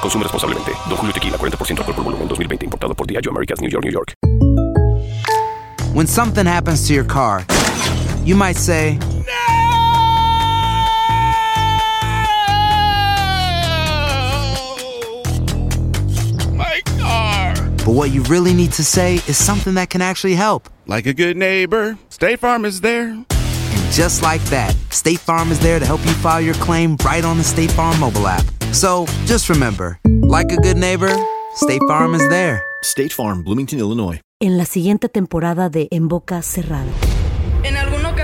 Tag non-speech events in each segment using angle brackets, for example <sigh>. Consume responsablemente. Don Julio Tequila, 40% alcohol por volumen, 2020. Importado por Diageo Americas, New York, New York. When something happens to your car, you might say, My car! but what you really need to say is something that can actually help. Like a good neighbor, State Farm is there. And just like that, State Farm is there to help you file your claim right on the State Farm mobile app. So just remember, like a good neighbor, State Farm is there. State Farm, Bloomington, Illinois. En la siguiente temporada de En Boca Cerrada. En alguna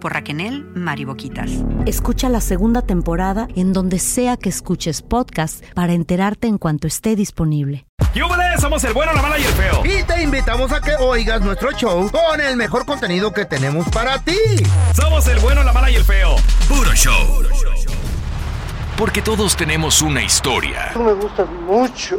por Raquenel Mariboquitas. Escucha la segunda temporada en donde sea que escuches podcast para enterarte en cuanto esté disponible. ¡Yúbales! Somos el bueno, la mala y el feo. Y te invitamos a que oigas nuestro show con el mejor contenido que tenemos para ti. Somos el bueno, la mala y el feo. Puro show. Porque todos tenemos una historia. Tú me gustas mucho.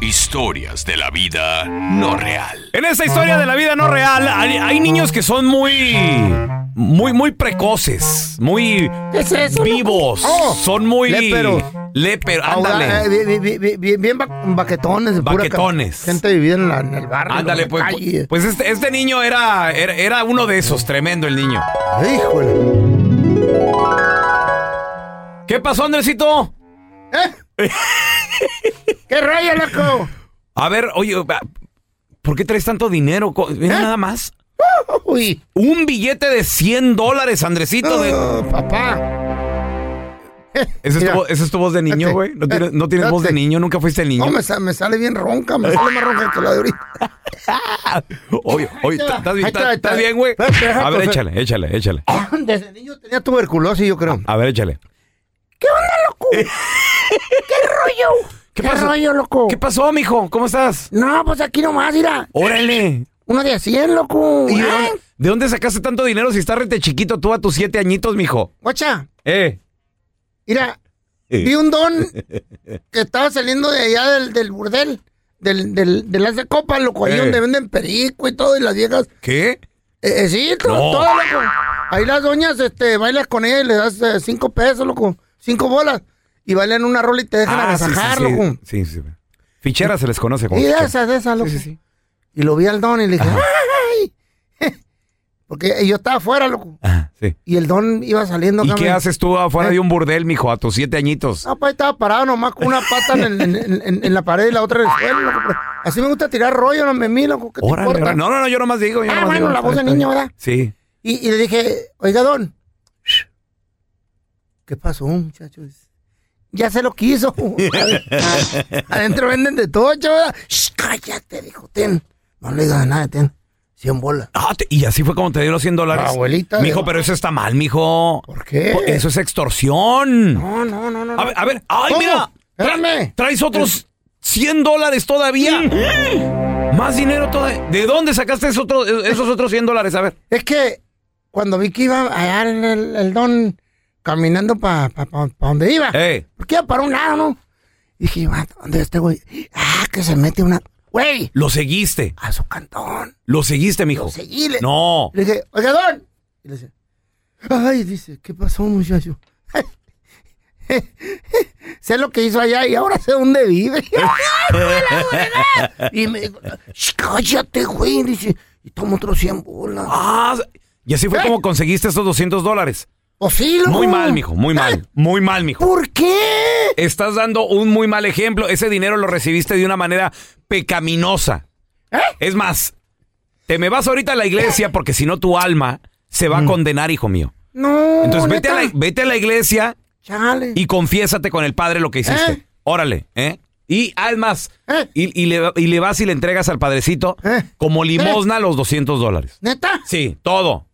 historias de la vida no real. En esta historia de la vida no real, hay, hay niños que son muy. Muy, muy precoces. Muy vivos. Oh, son muy. léperos. Léperos, Ahora, eh, ándale. bien, bien- bien- bien- bien ba- baquetones. pura Baquetones. ca- gente vivida en, la- en el barrio. Ándale, en la pues. calle. Pues este, este niño era, era, era uno de esos, tremendo el niño. Híjole. ¿Qué pasó, Andresito? <laughs> ¿Eh? ¿Qué raya, loco? A ver, oye, va- ¿por qué traes tanto dinero? Co- Mira nada más. ¿Eh? Uy. Un billete de 100 dólares, Andresito. de- Oh, papá. ¿Esa, es tu, Mira. vo- esa es tu voz de niño, Este, güey? ¿No tienes, no tienes este. voz de niño? ¿Nunca fuiste niño? Eh. No, me, sa- me sale bien ronca. Me sale más ronca que la de ahorita. Oye, oye, Ahí te va, ¿estás bien- ahí te estás- va, ahí te va. estás bien, güey? Espérate, deja A ver, coser. échale, échale, échale. Desde niño tenía tuberculosis, yo creo. A ver, échale. ¿Qué <laughs> ¿Qué Eh. pasó? rollo, loco? ¿Qué pasó, mijo? ¿Cómo estás? No, pues aquí nomás, mira. Órale. Uno de 100, loco. ¿Y de, Ah, dónde, de dónde sacaste tanto dinero si estás rete chiquito tú a tus siete añitos, mijo? Guacha, Eh. mira, Eh. vi <laughs> un don que estaba saliendo de allá del, del burdel, del, del, de las de copas, loco, ahí Eh. donde venden perico y todo, y las viejas. ¿Qué? Eh, eh, sí, to- No. todo, loco. Ahí las doñas, este, bailas con ellas y le das eh, cinco pesos, loco, cinco bolas, y bailan una rola y te dejan Ah, sí, sí, agasajar, sí, loco. sí, sí. Fichera se les conoce como. Y de fichera. esas, de esas, loco. Sí, sí, sí. Y lo vi al don y le dije, Ajá. ¡ay! <laughs> Porque yo estaba afuera, loco. Ajá, sí. Y el don iba saliendo. ¿Y acá, qué mira. haces tú afuera de un burdel, mijo, a tus siete añitos? Eh. No, pues estaba parado nomás con una pata en, en- en- en- en la pared y la otra en el suelo. loco, pero Así me gusta tirar rollo, pues, no me miro, loco, ¿qué te Órale, importa? órale. No, no, no, yo nomás digo. Yo ah, nomás bueno, digo. la voz de niño, ¿verdad? Sí. Y, y le dije, oiga, don. ¿Qué pasó, muchachos? Ya se lo quiso. Ad- Adentro venden de todo, ¿verdad? Shh, cállate, dijo, ten. No le digas nada, ten. 100 bolas. Ah, te- y así fue como te dieron los 100 dólares. La abuelita de- Mijo, pero eso está mal, mijo. ¿Por qué? Po- Eso es extorsión. No, no, no, no. A no. ver, a ver. ¡Ay, ¿Cómo? mira! Espérame. ¿Traes otros 100 dólares todavía? Mm. Más dinero todavía. ¿De dónde sacaste esos otros, esos otros 100 dólares? A ver. Es que cuando vi que iba a dar el, el don caminando para pa, pa- pa donde iba, Ey. porque iba para un lado, ¿no? Y dije, "Ah, ¿dónde está este güey? Ah, que se mete una... ¡Güey! Lo seguiste. A Ah, su cantón. Lo seguiste, mijo. seguí, le- No. Le dije, oiga, don. Y le dice, ay, dice, ¿qué pasó, muchacho? <laughs> sé lo que hizo allá y ahora sé dónde vive. <laughs> y me dijo, "Shh, cállate, güey. Dice, y tomo otros 100 bolas. Ah, y así fue como conseguiste esos 200 dólares. sí, Muy mal, mijo, muy mal. Muy mal, mijo. ¿Por qué? Estás dando un muy mal ejemplo. Ese dinero lo recibiste de una manera pecaminosa. ¿Eh? Es más, te me vas ahorita a la iglesia porque si no tu alma se va a condenar, hijo mío. No. Entonces vete a, Mm. neta. la, vete a la iglesia Chale. y confiésate con el padre lo que hiciste. Órale, ¿eh? Y además, ¿Eh? y, y le, y le vas y le entregas al padrecito como limosna los 200 dólares. ¿Neta? Sí, todo.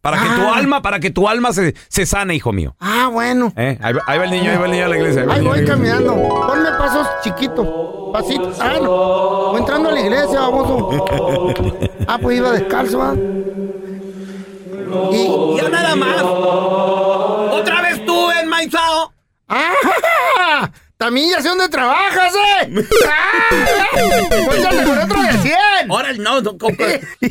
Para que tu Ah. alma, para que tu alma se, se sane, hijo mío. Ah, bueno. ¿Eh? Ahí, va- ahí va el niño, ahí va el niño a la iglesia. ahí va el Ahí niño, voy ahí va el niño. caminando. Ponme pasos chiquitos. Pasitos. Ah, no. Voy entrando a la iglesia, baboso. <laughs> Ah, pues iba descalzo, ¿ah? Y ya nada más. Otra vez tú, enmaizado. ¡Ah! <laughs> También ya sé dónde trabajas, ¿eh? <laughs> ¡Ah! Voy a hacer otro de 100. Órale, no, no, co- co-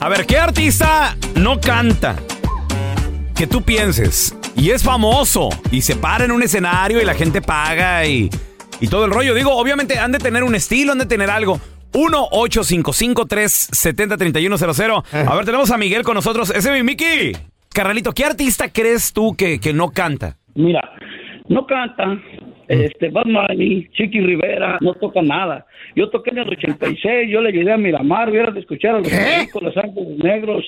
A ver, ¿qué artista no canta? Que tú pienses, y es famoso, y se para en un escenario y la gente paga y, y todo el rollo. Digo, obviamente han de tener un estilo, han de tener algo. 1-855-370-3100. A ver, tenemos a Miguel con nosotros. Ese es mi Mickey. Carnalito, ¿qué artista crees tú que, que no canta? Mira, no Mm. canta. Este, Bad Bunny, Chiqui Rivera, no toca nada. Yo toqué en el 86, yo le ayudé a Miramar, hubiera de escuchar a los chicos, los ángeles negros,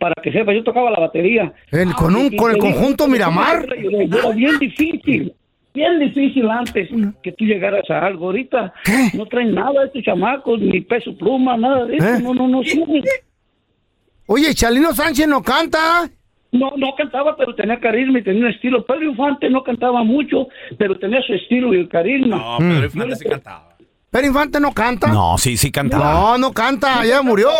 para que sepa, yo tocaba la batería. Ah, El, con, un, con el conjunto Miramar. Yo le ayudé, Era bien difícil, bien difícil antes Mm. que tú llegaras a algo. Ahorita no traen nada estos chamacos, ni peso pluma, nada de eso. ¿Eh? No, no, no suben. Oye, Chalino Sánchez no canta. No, no cantaba, pero tenía carisma y tenía un estilo. Pedro Infante no cantaba mucho, pero tenía su estilo y el carisma. Mm. No, Pedro Infante sí cantaba. Pero Infante no canta. No, sí, sí cantaba. No, no canta, ya murió.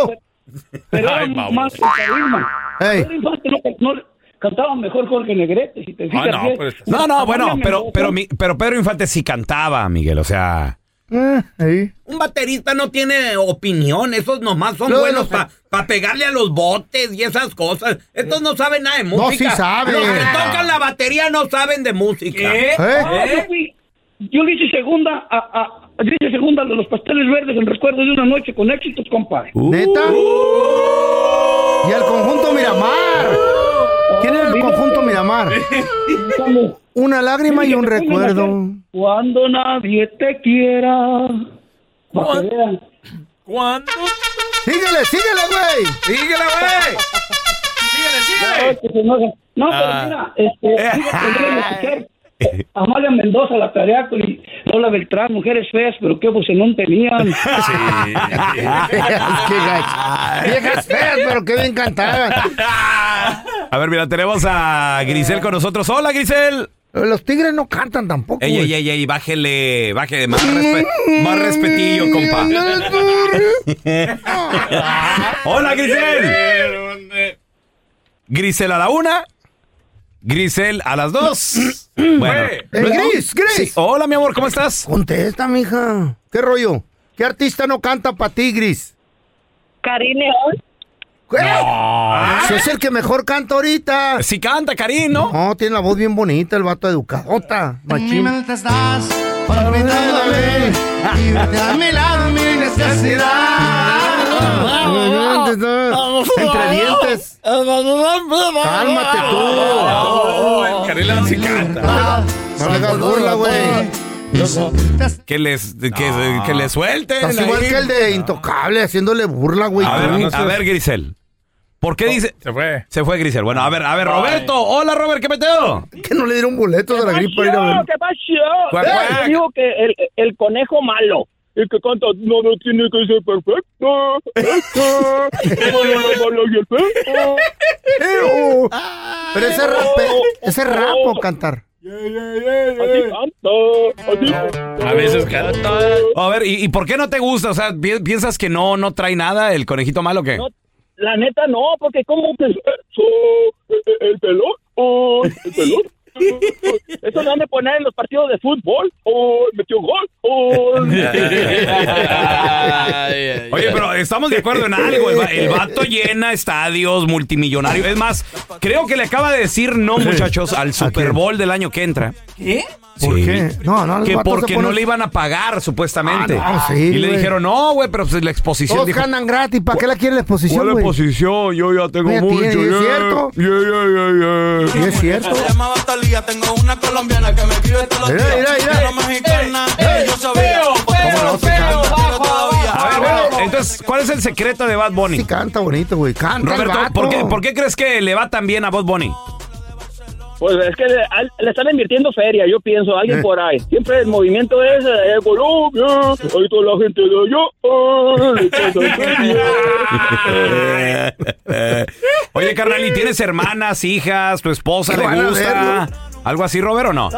Pero Ay, era baboso. más el carisma. Ey. Pedro Infante no, no- cantaba mejor Jorge Negrete, si te fijas bien. Ah, No, no, bueno, María pero, Mendoza, pero, mi- pero Pedro Infante sí cantaba, Miguel, o sea. Eh, Un baterista no tiene opinión, esos nomás son No, buenos no. para pegarle a los botes y esas cosas. Estos no saben nada de No, música. sí saben. Los que tocan la batería no saben de música. ¿eh? Ah, ¿Eh? yo fui- Yo le hice segunda a, a- yo le hice segunda de los pasteles verdes en recuerdo de una noche con éxitos, compadre. Uh. ¿Neta? Y al conjunto Miramar. ¿Quién era el conjunto Miramar? Una lágrima y un recuerdo. Cuando nadie te quiera. Para que vean. ¿Cuándo? Síguele, síguele, güey. Síguele, güey. Síguele, No, que se enoja. No, Ah. pero mira, <laughs> este, mira, tendría que escuchar a Amalia Mendoza, la Cariaco y Lola Beltrán, mujeres feas, pero qué no tenían. <laughs> Qué gacho. Viejas feas, Eh, pero qué bien cantaban. A ver, mira, tenemos a Grisel con nosotros. Hola, Grisel. Los tigres no cantan tampoco. Ey, ey, ey, ey, bájele, bájele, más, respe- más respetillo, compa. Hola, Grisel. Grisel a la una. Grisel a las dos. Bueno. Pues, Eh, Gris, Gris. Sí. Hola, mi amor, ¿cómo estás? Contesta, mija. ¿Qué rollo? ¿Qué artista no canta para ti, Gris? Karim León. ¿Qué? Si es el que mejor canta ahorita. Sí canta, Karim, ¿no? No, tiene la voz bien bonita, el vato educadota. Mi Machín. mente estás olvidándome y vete a mi lado mi necesidad. Entre dientes. Cálmate tú. Karela sí canta. No le hagas burla, güey. Que les, que, que le suelten. Estás igual ahí. que el de Intocable, haciéndole burla, güey. A tú. ver, a ver, Grisel. ¿Por qué dice? Se fue. Se fue Grisel. Bueno, a ver, a ver, Oh, Ay. Roberto. Hola, Robert, ¿qué meteo? Que no le dieron boletos de la gripa. ir a ver. ¿Qué pasó? Cuac, cuac. Yo digo que el, el conejo malo. El que canta, no, no tiene que ser perfecto. perfecto, <laughs> como la mala y el feo". Eh, oh. Ah. Oh. Pero ese eh, rap, ese rap o cantar. Así canto, Ah. así. A veces canta. A ver, ¿y, y por qué no te gusta? O sea, pi- ¿piensas que no, no trae nada el conejito malo o qué? No, <laughs> la neta no, porque como que eso, el pelón, oh, el pelón. Eso lo han de poner en los partidos de fútbol. Oh, metió gol. <laughs> Oh. Oye, pero estamos de acuerdo en algo. El, va- el vato llena estadios, multimillonario. Es más, creo que le acaba de decir no, muchachos, al Super Bowl del año que entra. ¿Qué? ¿Por qué? No, no, el Que vato se porque pone- no le iban a pagar, supuestamente. Ah, no, sí, y le güey. dijeron, no, güey, pero pues la exposición. Todos dijo, andan gratis, ¿para qué la quiere la exposición, ¿Cuál güey? exposición? Yo ya tengo Ya mucho. tiene, ¿y es yeah, cierto? yeah, yeah, yeah". Y es cierto. Mira, mira, mira. yo sabía. A ver, bueno, entonces, ¿cuál es el secreto de Bad Bunny? Canta bonito, güey. Canta el Roberto, vato. Ah, ¿por qué, por qué crees que le va tan bien a Bad <laughs> Bunny? Pues es que le, al- le están invirtiendo feria, yo pienso, alguien por ahí. Siempre el movimiento es eh, Colombia, ahí toda la gente de allá. ah, le pasa feria. Oye, carnal, ¿y tienes hermanas, hijas, tu esposa Qué le van a gusta? ¿Algo así, Robert, o no?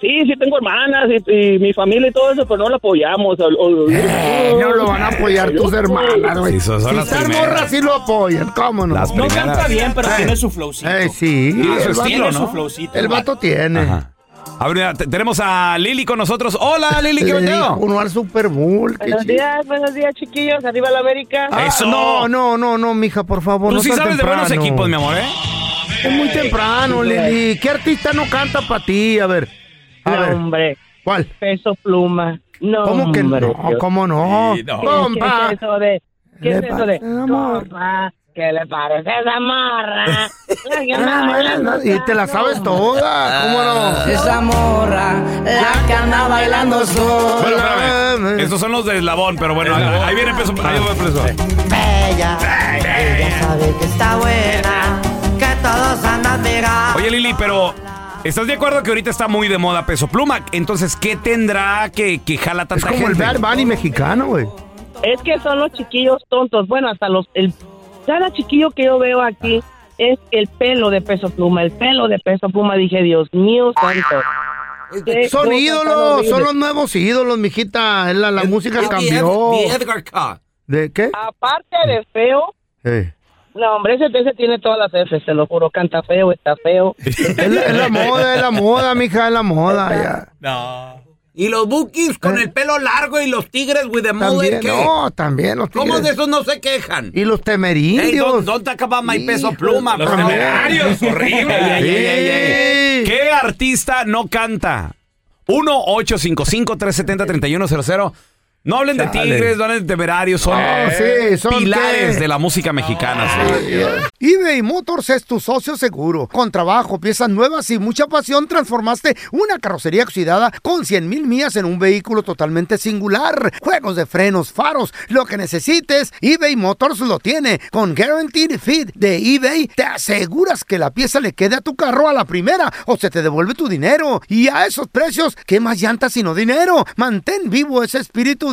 Sí, sí tengo hermanas y, y mi familia y todo eso, pero no la apoyamos. o- o- Eh, No lo van a apoyar tus hermanas, güey. Sí, son- son si las están primeras. morras, sí lo apoyan. ¿Cómo no? Las No primeras. canta bien, pero tiene su flowcito. Eh, sí. Tiene su el vato- estilo, ¿no? El vato tiene. Ajá. A ver, mira, te- tenemos a Lili con nosotros. Hola, Lili, ¿qué Le dijo vendeo? Uno al Super Bowl. qué Buenos chido. días, buenos días, chiquillos. Arriba la América. Ah, No, no, no, no, mija, por favor. Tú no Pues sí tan sabes de buenos temprano. equipos, mi amor, ¿eh? Es muy temprano, Lili. ¿Qué artista no canta para ti? A ver. A ver. Hombre, ¿Cuál? peso pluma. No, ¿Cómo que hombre, no? Dios. ¿Cómo no? Sí, no. Compa. Oh, ¿Qué es eso de? ¿Qué Le es eso de? Compa, ¿Qué le parece a <laughs> esa morra? Ay, yo Ah, no, bueno, no, y te la sabes toda. ¿Cómo Ah. no? Esa morra, la que anda bailando Bueno, sola. espérame. Estos son los de eslabón, pero bueno, ahí ahí viene peso. Ahí va peso. Bella. Ella sabe que está buena. Que todos andan pegados. Oye, Lili, pero. ¿Estás de acuerdo que ahorita está muy de moda peso pluma? Entonces, ¿qué tendrá que, que jala tanta Como el gente? Bad Bunny mexicano, güey. Es que son los chiquillos tontos. Bueno, hasta los. El, cada chiquillo que yo veo aquí es el pelo de peso pluma. El pelo de peso pluma. Dije, Dios mío, santo. Qué Son cosa tan ídolos, horrible. son los nuevos ídolos, mijita. Es La, la música cambió. ¿De qué? Aparte de feo. Eh. No, hombre, ese, ese tiene todas las Fs, te lo juro. Canta feo, está feo. <laughs> Es la, <laughs> es la moda, es la moda, mija, es la moda. ya. No. Y los bookies con el pelo largo y los tigres with the ¿Eh? También, mullet, ¿qué? no, también los ¿Cómo tigres. de esos no se quejan? Y los temerindios. Hey, don't, don't talk about my peso pluma, Los bro. temerarios, horrible. Ay, ay, ay, ay, ay. ¿Qué artista no canta? 1-855-370-3100. No hablen de Chale. tigres, no hablen de temerarios, son, No, sí, son pilares qué. de la música mexicana. señor. eBay Motors es tu socio seguro. Con trabajo, piezas nuevas y mucha pasión, transformaste una carrocería oxidada con 100 mil millas en un vehículo totalmente singular. Juegos de frenos, faros, lo que necesites, eBay Motors lo tiene. Con Guaranteed Fit de eBay, te aseguras que la pieza le quede a tu carro a la primera o se te devuelve tu dinero. Y a esos precios, ¿qué más llantas sino dinero? Mantén vivo ese espíritu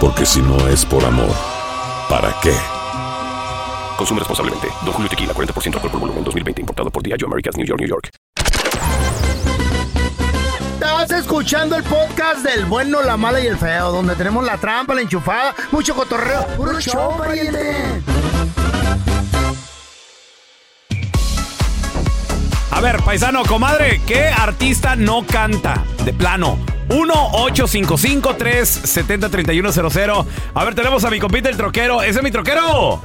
Porque si no es por amor, ¿para qué? Consume responsablemente. Don Julio Tequila 40% alcohol por volumen 2020 importado por Diageo Americas New York New York. Estás escuchando el podcast del bueno, la mala y el feo, donde tenemos la trampa, la enchufada, mucho cotorreo. ¡Puro show, pariente! A ver, paisano, comadre, ¿qué artista no canta? De plano. 1-855-370-3100. A ver, tenemos a mi compita el troquero. ¡Ese es mi troquero!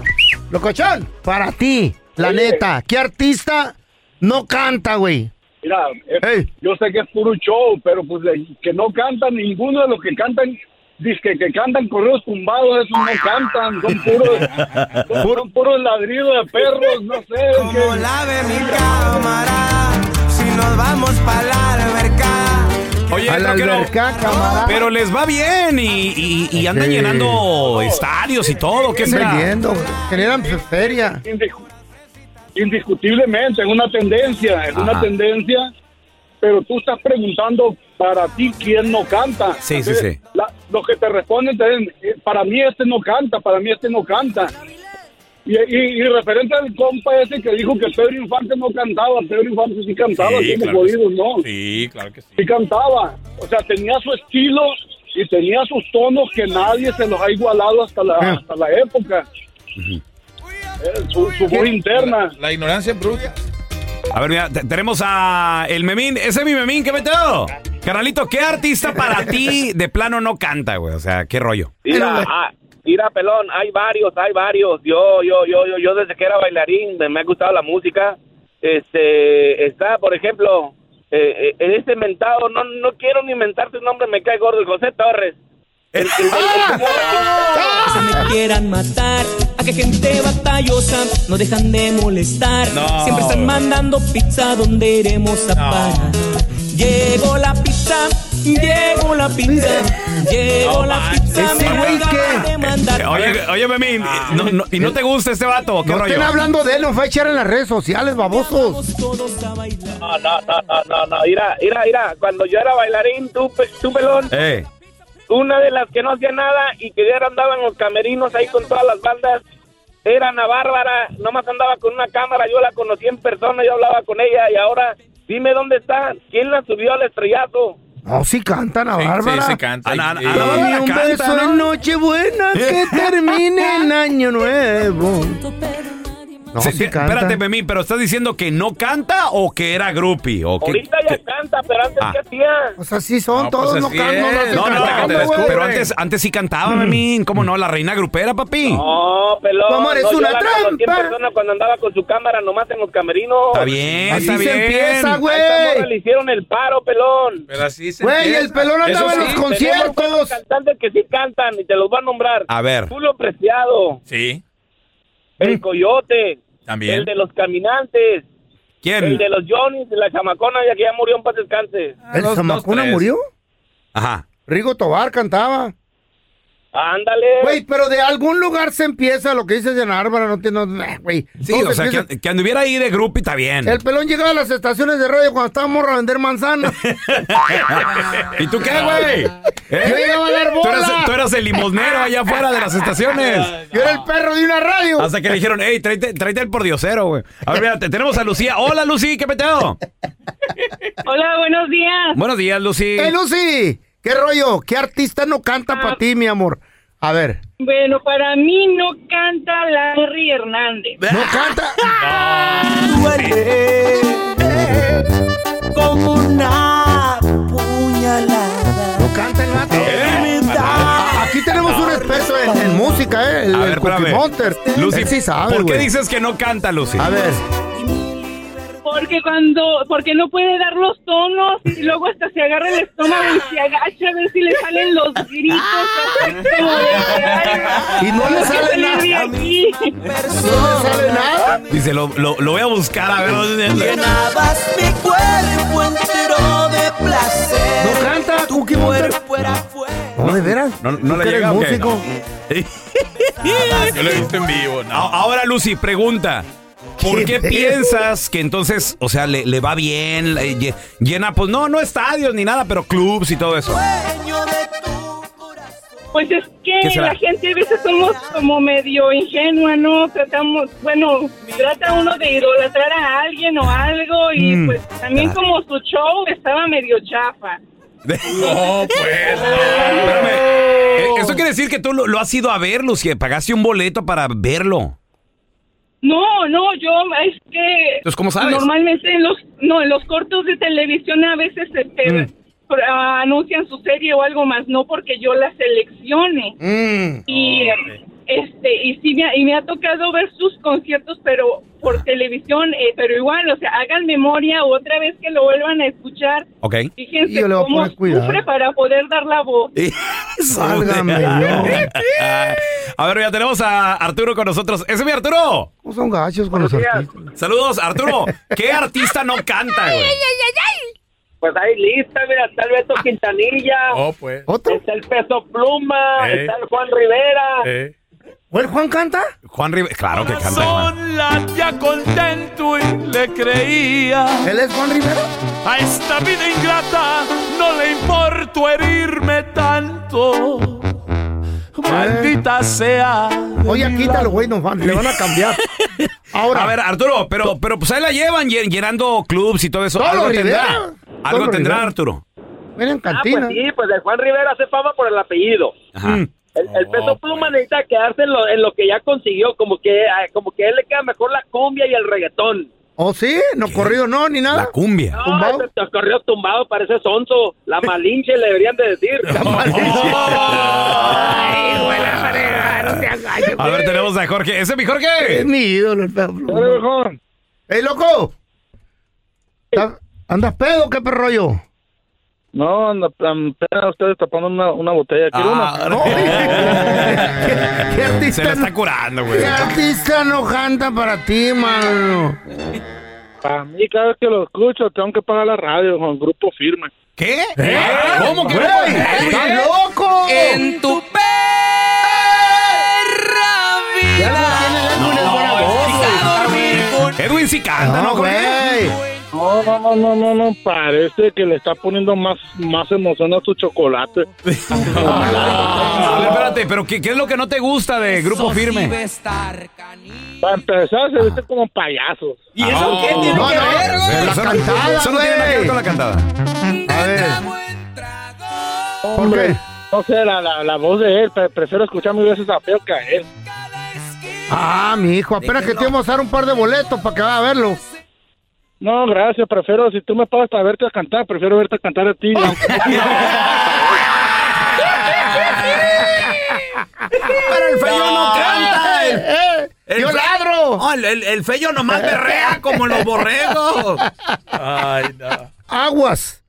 Locochón, para ti, la Oye. neta, ¿qué artista no canta, güey? Mira, eh, yo sé que es puro show, pero pues eh, que no cantan ninguno de los que cantan. Dice que, que cantan correos tumbados, esos no cantan, son puros, son, son puros ladridos de perros, no sé. Como lave mi cámara, si nos vamos para la alberca. Oye, A la troquero, alberca, camarada. pero les va bien y, y- y andan Sí. llenando estadios y todo. ¿Qué será? Vendiendo, güey. generan fe- feria. Indiscu- Indiscutiblemente, es una tendencia, es una Ajá. tendencia, pero tú estás preguntando para ti quién no canta. Sí, sí, sí. La- los que te responden te dicen, eh, para mí este no canta, para mí este no canta. Y, y- y referente al compa ese que dijo que Pedro Infante no cantaba, Pedro Infante sí cantaba, Sí, sí, claro que sí. no. Sí, claro que sí. Sí cantaba, o sea, tenía su estilo y tenía sus tonos que nadie se los ha igualado hasta la, Ah. hasta la época. Eh, su, su voz interna. La ignorancia es bruta. A ver, mira, te- tenemos a el Memín. Ese es mi Memín, ¿qué meteo? Carnalito, ¿qué artista <laughs> para ti de plano no canta, güey? O sea, ¿qué rollo? Mira, ah, mira, pelón, hay varios, hay varios. Yo, yo, yo, yo, yo desde que era bailarín me, me ha gustado la música. Este, está, por ejemplo, eh, eh, en este mentado, no, no quiero ni inventarte un nombre, me cae gordo, el José Torres. <laughs> El- el- ¡Ah! me quieran matar. A que gente batallosa no dejan de molestar. No. Siempre están mandando pizza donde iremos a parar. Llegó la pizza, llegó la pizza, llegó la pizza. manches. Ese güey, ganas de mandar. Oye, oye, Memín, y no- no- ¿y no te gusta este vato? ¿Qué Eh, No rollo? estén hablando de él, nos va a echar en las redes sociales, babosos. No, no, no, no, no, no, mira, mira, mira, cuando yo era bailarín, tú, pe- tú pelón, Eh, una de las que no hacía nada y que ya andaba en los camerinos ahí con todas las bandas era Ana Bárbara, nomás andaba con una cámara, yo la conocí en persona, yo hablaba con ella y ahora dime dónde está, quién la subió al estrellato. No, sí cantan a Bárbara. Sí, se canta. Y- y- Dame un canta, beso ¿no? <laughs> en Nochebuena que termine en Año Nuevo. No, se- sí que- canta. Espérate, Memín, pero ¿estás diciendo que no canta o que era groupie? ¿O que- Ahorita ya canta, pero antes Ah. qué hacía. O sea, sí son todos, no así cantan, no pues es. hacen No, no, cantar, no, güey. Mm. pero antes, antes sí cantaba, Memín. ¿Cómo no? La reina grupera, papi. No, pelón. Tu amor es no, yo una la conocí en trampa. persona cuando andaba con su cámara nomás en los camerinos. Está bien, Ahí está se bien. empieza, güey. A esta morra Le hicieron el paro, pelón. Pero así se Güey, empieza. el pelón Eso andaba en los sí. conciertos. Tenemos cantantes que sí cantan y te los va a nombrar. A ver. Julio Preciado, Sí, Mm. el Coyote, también. el de los Caminantes, ¿Quién? el de los Johnnys, la chamacona ya que ya murió en paz descanse. ¿El Zamacona murió? Ajá. Rigo Tobar cantaba. Ándale. Güey, pero de algún lugar se empieza lo que dices de Ana Bárbara, no tiene... eh, Güey, Sí, Todo o se sea, empieza- que, que anduviera ahí de groupie está bien. El pelón llegaba a las estaciones de radio cuando estábamos a vender manzanas. <laughs> ¿Y tú qué, güey? <laughs> Yo llegaba a dar ¿Eh? Tú eras, bola. tú eras el limosnero allá afuera de las estaciones. Yo era el perro de una radio. Hasta que le dijeron, hey, tráete, tráete el pordiosero, güey. A ver, mira, te- tenemos a Lucía. Hola, Lucy, ¿qué peteo? Hola, buenos días. Buenos días, Lucy. ¡Eh, Lucy! ¿Qué rollo? ¿Qué artista no canta para ti, mi amor? A ver. Bueno, para mí no canta Larry Hernández. No canta. Tú eres como una puñalada. No canta el vato. Eh. Aquí tenemos un experto en, en música, ¿eh? El, A el ver, Cookie espérame. Monster. Lucy, Él sí sabe, ¿por qué güey. dices que no canta, Lucy? A ver. Porque cuando, porque no puede dar los tonos y luego hasta se agarra el estómago y se agacha a ver si le salen los gritos. ¡Ah! Como de, Y no le sale nada. nada. ¿Sabe nada? Dice, lo, lo- lo voy a buscar, a ver. dónde- Llenabas mi cuerpo entero de placer. No canta, Cookie Monster. No, de veras. No, no ¿Tú le que eres llega, ¿o qué? músico? Yo <laughs> lo he visto en vivo. A- Ahora, Lucy, pregunta. ¿Por qué piensas que entonces, o sea, le, le va bien, le- lle- llena, pues no, no estadios ni nada, pero clubs y todo eso? Pues es ¿Qué que será? la gente a veces somos como medio ingenua, ¿no? Tratamos, bueno, trata uno de idolatrar a alguien o algo y Mm. pues también como su show estaba medio chafa. No, pues. Eh, Esto quiere decir que tú lo, lo has ido a ver, Lucy, pagaste un boleto para verlo. No, no, yo es que... Entonces, ¿cómo sabes? Normalmente en los, no, en los cortos de televisión a veces este, Mm. pro- ah, anuncian su serie o algo más, no porque yo la seleccione. Mm. Y eh, este y sí me ha, y me ha tocado ver sus conciertos, pero por televisión, eh, pero igual, o sea, hagan memoria otra vez que lo vuelvan a escuchar. Ok. Fíjense Y yo le voy a cómo poner cuidado. sufre para poder dar la voz. Sálgame, <laughs> A ver, ya tenemos a Arturo con nosotros. ¡Ese es mi Arturo! ¿Cómo son gachos con los artistas? Saludos, Arturo. ¿Qué artista no canta, güey? Pues ahí lista, mira, está Alberto Quintanilla. Oh, pues. Está el Peso Pluma, Eh. está el Juan Rivera. Eh. ¿El Juan canta? Juan Rivera, claro que canta. Juan. ya contento y le creía. ¿Él es Juan Rivera? A esta vida ingrata no le importó herirme tanto. Maldita sea. Oye, quítalo, güey, no van, le van a cambiar. Ahora. A ver, Arturo, pero, pero pues ahí la llevan llen- llenando clubs y todo eso. Todo Algo Rivera. tendrá. Algo Todo tendrá, Rivera. Arturo. Miren, Ah, pues sí, pues el Juan Rivera hace fama por el apellido. Mm. <laughs> El, Oh, el Peso pues. Pluma necesita quedarse en lo, en lo que ya consiguió, como que, ah, como que a él le queda mejor la cumbia y el reggaetón. ¿O ¿Oh, sí? ¿No corrido no, ni nada? La cumbia. No, este te corrió tumbado, parece sonso. La malinche le deberían de decir. <laughs> Ay, güey, la pareja, no se A ver, tenemos a Jorge. ¿Ese es mi Es Jorge? mi ídolo, el perro. ¡Ey, loco! ¿Está- ¿Andas pedo o qué perro yo? No, no, um, apenas ustedes tapando una, una botella. ¿Quiere una? Ah, <laughs> Se la está curando, güey. ¿Qué artista no canta para ti, mano? Para mí, cada vez que lo escucho, tengo que pagar la radio con grupo firme. ¿Qué? ¿Cómo que Güey, ¿Eh? ¿Estás loco? En tu perra vida. A dormir Edwin sí canta, ¿no, güey? No, no, no, no, no, no, parece que le está poniendo más, más emoción a su <laughs> chocolate. A ver, espérate, pero ¿qué, qué es lo que no te gusta de Grupo Firme? Para empezar, se viste como payasos. ¿Y eso qué tiene Ah. No, que no, ver, güey? pero eso no- eso no tiene nada que ver con la cantada. A ver. Hombre, no sé, la, la, la voz de él, pre- prefiero escuchar mil veces a Feo que a él. Ah, mi hijo, apenas que te íbamos a dar un par de boletos para que vaya a verlo. No, gracias, prefiero, si tú me pagas para verte a cantar, prefiero verte a cantar a ti. Pero el feyo no eh, canta. El, ¡Yo ladro! el, el- el feyo <laughs> nomás berrea como los borregos. Ay, no. <laughs> Aguas.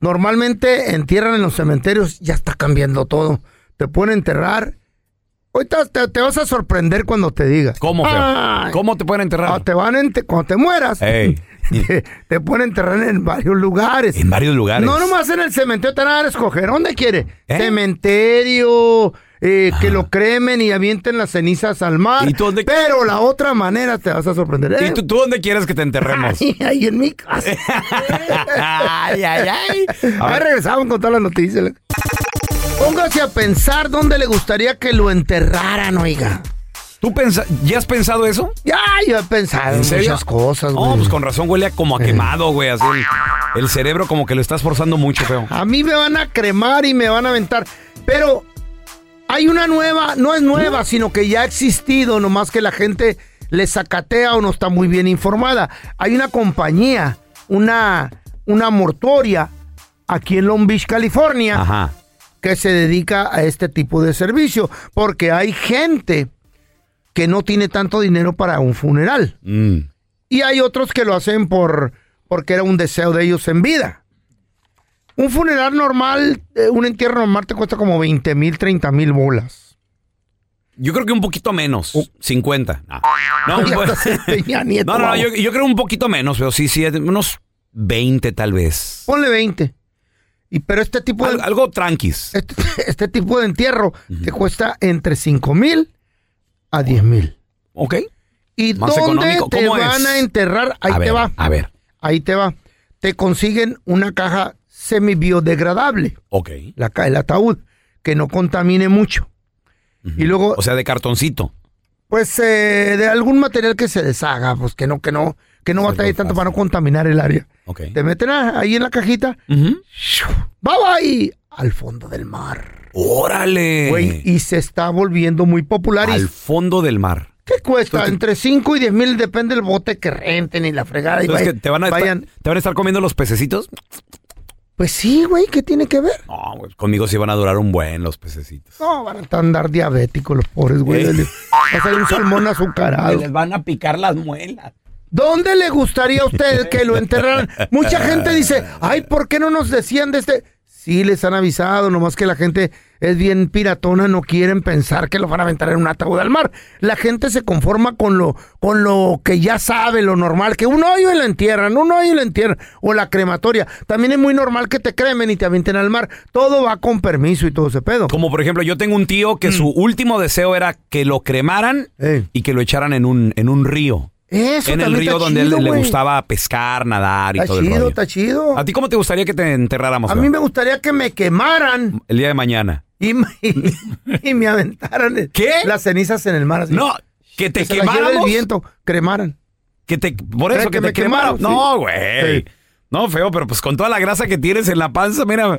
Normalmente entierran en los cementerios, ya está cambiando todo. Te pueden enterrar. Ahorita te, te vas a sorprender cuando te diga. Ah, ¿Cómo, feo? ¿Cómo te pueden enterrar? te van a ente- cuando te <laughs> mueras, te, te pueden enterrar en varios lugares. En varios lugares. No nomás en el cementerio te van a dar a escoger. ¿Dónde quiere? ¿Eh? Cementerio, eh, que Ah. lo cremen y avienten las cenizas al mar. Pero la otra manera te vas a sorprender. ¿Y <laughs> tú, tú dónde quieres que te enterremos? Ay, ay, en mi casa. <laughs> ay, ay, <laughs> ay. A ver, regresamos con todas las noticias. Póngase a pensar dónde le gustaría que lo enterraran, oiga. ¿Tú ya has pensado eso? Ya, yo he pensado en serio? muchas cosas, No, güey. Eh. pues con razón huele a como a quemado, güey. Así el, el cerebro como que lo estás forzando mucho, feo. A mí me van a cremar y me van a aventar. Pero hay una nueva, no es nueva, sino que ya ha existido, nomás que la gente le sacatea o no está muy bien informada. Hay una compañía, una, una mortuoria aquí en Long Beach, California, que se dedica a este tipo de servicio, porque hay gente que no tiene tanto dinero para un funeral. Y hay otros que lo hacen por porque era un deseo de ellos en vida. Un funeral normal, eh, un entierro normal te cuesta como 20 mil, 30 mil bolas. Yo creo que un poquito menos. 50. No, no, Uh. <laughs> Ya pues- estás en Peña <laughs> Nieto, no, no, vamos. yo, yo creo un poquito menos, pero sí, sí, unos 20 tal vez. Ponle 20. Y, pero este tipo de... algo tranquis. Este, <laughs> este tipo de entierro te cuesta entre 5 mil a 10 mil. Ok. ¿Y Más dónde económico. te ¿Cómo van es? a enterrar? Ahí A te ver, va. a ver. Ahí te va. Te consiguen una caja semi-biodegradable. Ok. La, ca- el ataúd, que no contamine mucho. Y luego, O sea, de cartoncito. pues, eh, de algún material que se deshaga, pues que no, que no, que no batalle tanto para no contaminar el área. Ok. Te meten a- ahí en la cajita, va ahí al fondo del mar. Órale. Güey, y se está volviendo muy popular. y- Al fondo del mar. ¿Qué cuesta? Entre 5 y 10 mil depende el bote que renten y la fregada. Y Entonces, vaya- que te, van a estar- vayan- ¿Te van a estar comiendo los pececitos? Pues sí, güey, ¿qué tiene que ver? No, güey, conmigo sí van a durar un buen los pececitos. <laughs> No, van a andar diabéticos los pobres, güey. Ey. Les- Va a salir un salmón azucarado. Les van a picar las muelas. ¿Dónde le gustaría a usted que lo enterraran? Mucha gente dice, ay, ¿por qué no nos decían de este? Sí, les han avisado, nomás que la gente es bien piratona, no quieren pensar que lo van a aventar en un ataúd al mar. La gente se conforma con lo, con lo que ya sabe, lo normal, que un hoyo y lo entierran, un hoyo y lo entierran, o la crematoria. También es muy normal que te cremen y te avienten al mar. Todo va con permiso y todo ese pedo. Como por ejemplo, yo tengo un tío que Mm. su último deseo era que lo cremaran y que lo echaran en un, en un río. Eso en el también río está donde chido, él le güey. gustaba pescar, nadar y Está todo el chido, rollo. está chido. ¿A ti cómo te gustaría que te enterráramos? A Leo? mí me gustaría que me quemaran. El día de mañana. y me, y- y me aventaran el- las cenizas en el mar. así. No, que te se las lleve quemáramos. el viento, cremaran. Que te, por eso Creo que, te que me quemaron. quemaron, sí. No, güey. No, feo, pero pues con toda la grasa que tienes en la panza, <laughs> mira.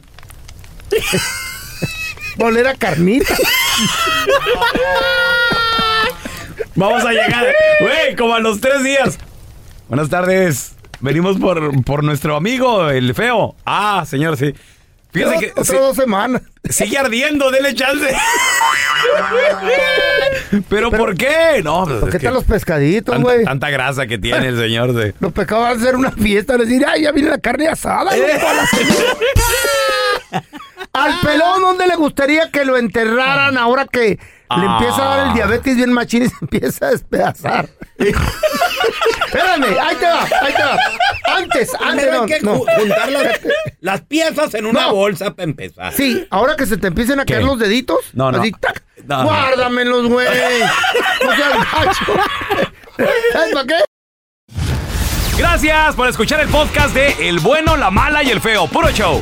Volver <laughs> a carnita. Vamos a llegar, güey, como a los tres días. Buenas tardes. Venimos por, por nuestro amigo, el feo. Ah, señor, sí. Fíjese que. Otras sí, dos eh, semanas. Sigue ardiendo, dele chance. ¿Pero, por qué? No, pues, es ¿Qué que tal los pescaditos, tanta, güey? tanta grasa que tiene el señor. de- Los pescados van a hacer una fiesta, van a decir, ay, ya viene la carne asada. Eh, güey, para la cena". Al pelón, ¿dónde le gustaría que lo enterraran Ah. ahora que le Ah. empieza a dar el diabetes bien machín y se <laughs> empieza a despedazar? Espérame, ahí te va, ahí te va. Antes, antes. Primero no, hay que no. ju- juntar las, las piezas en una bolsa para empezar. Sí, ahora que se te empiecen a ¿Qué? caer los deditos. No, no. Así, tac. No, no. Guárdamelos, güey. No seas gacho. ¿Sabes para qué? Gracias por escuchar el podcast de El bueno, la mala y el feo. Puro show.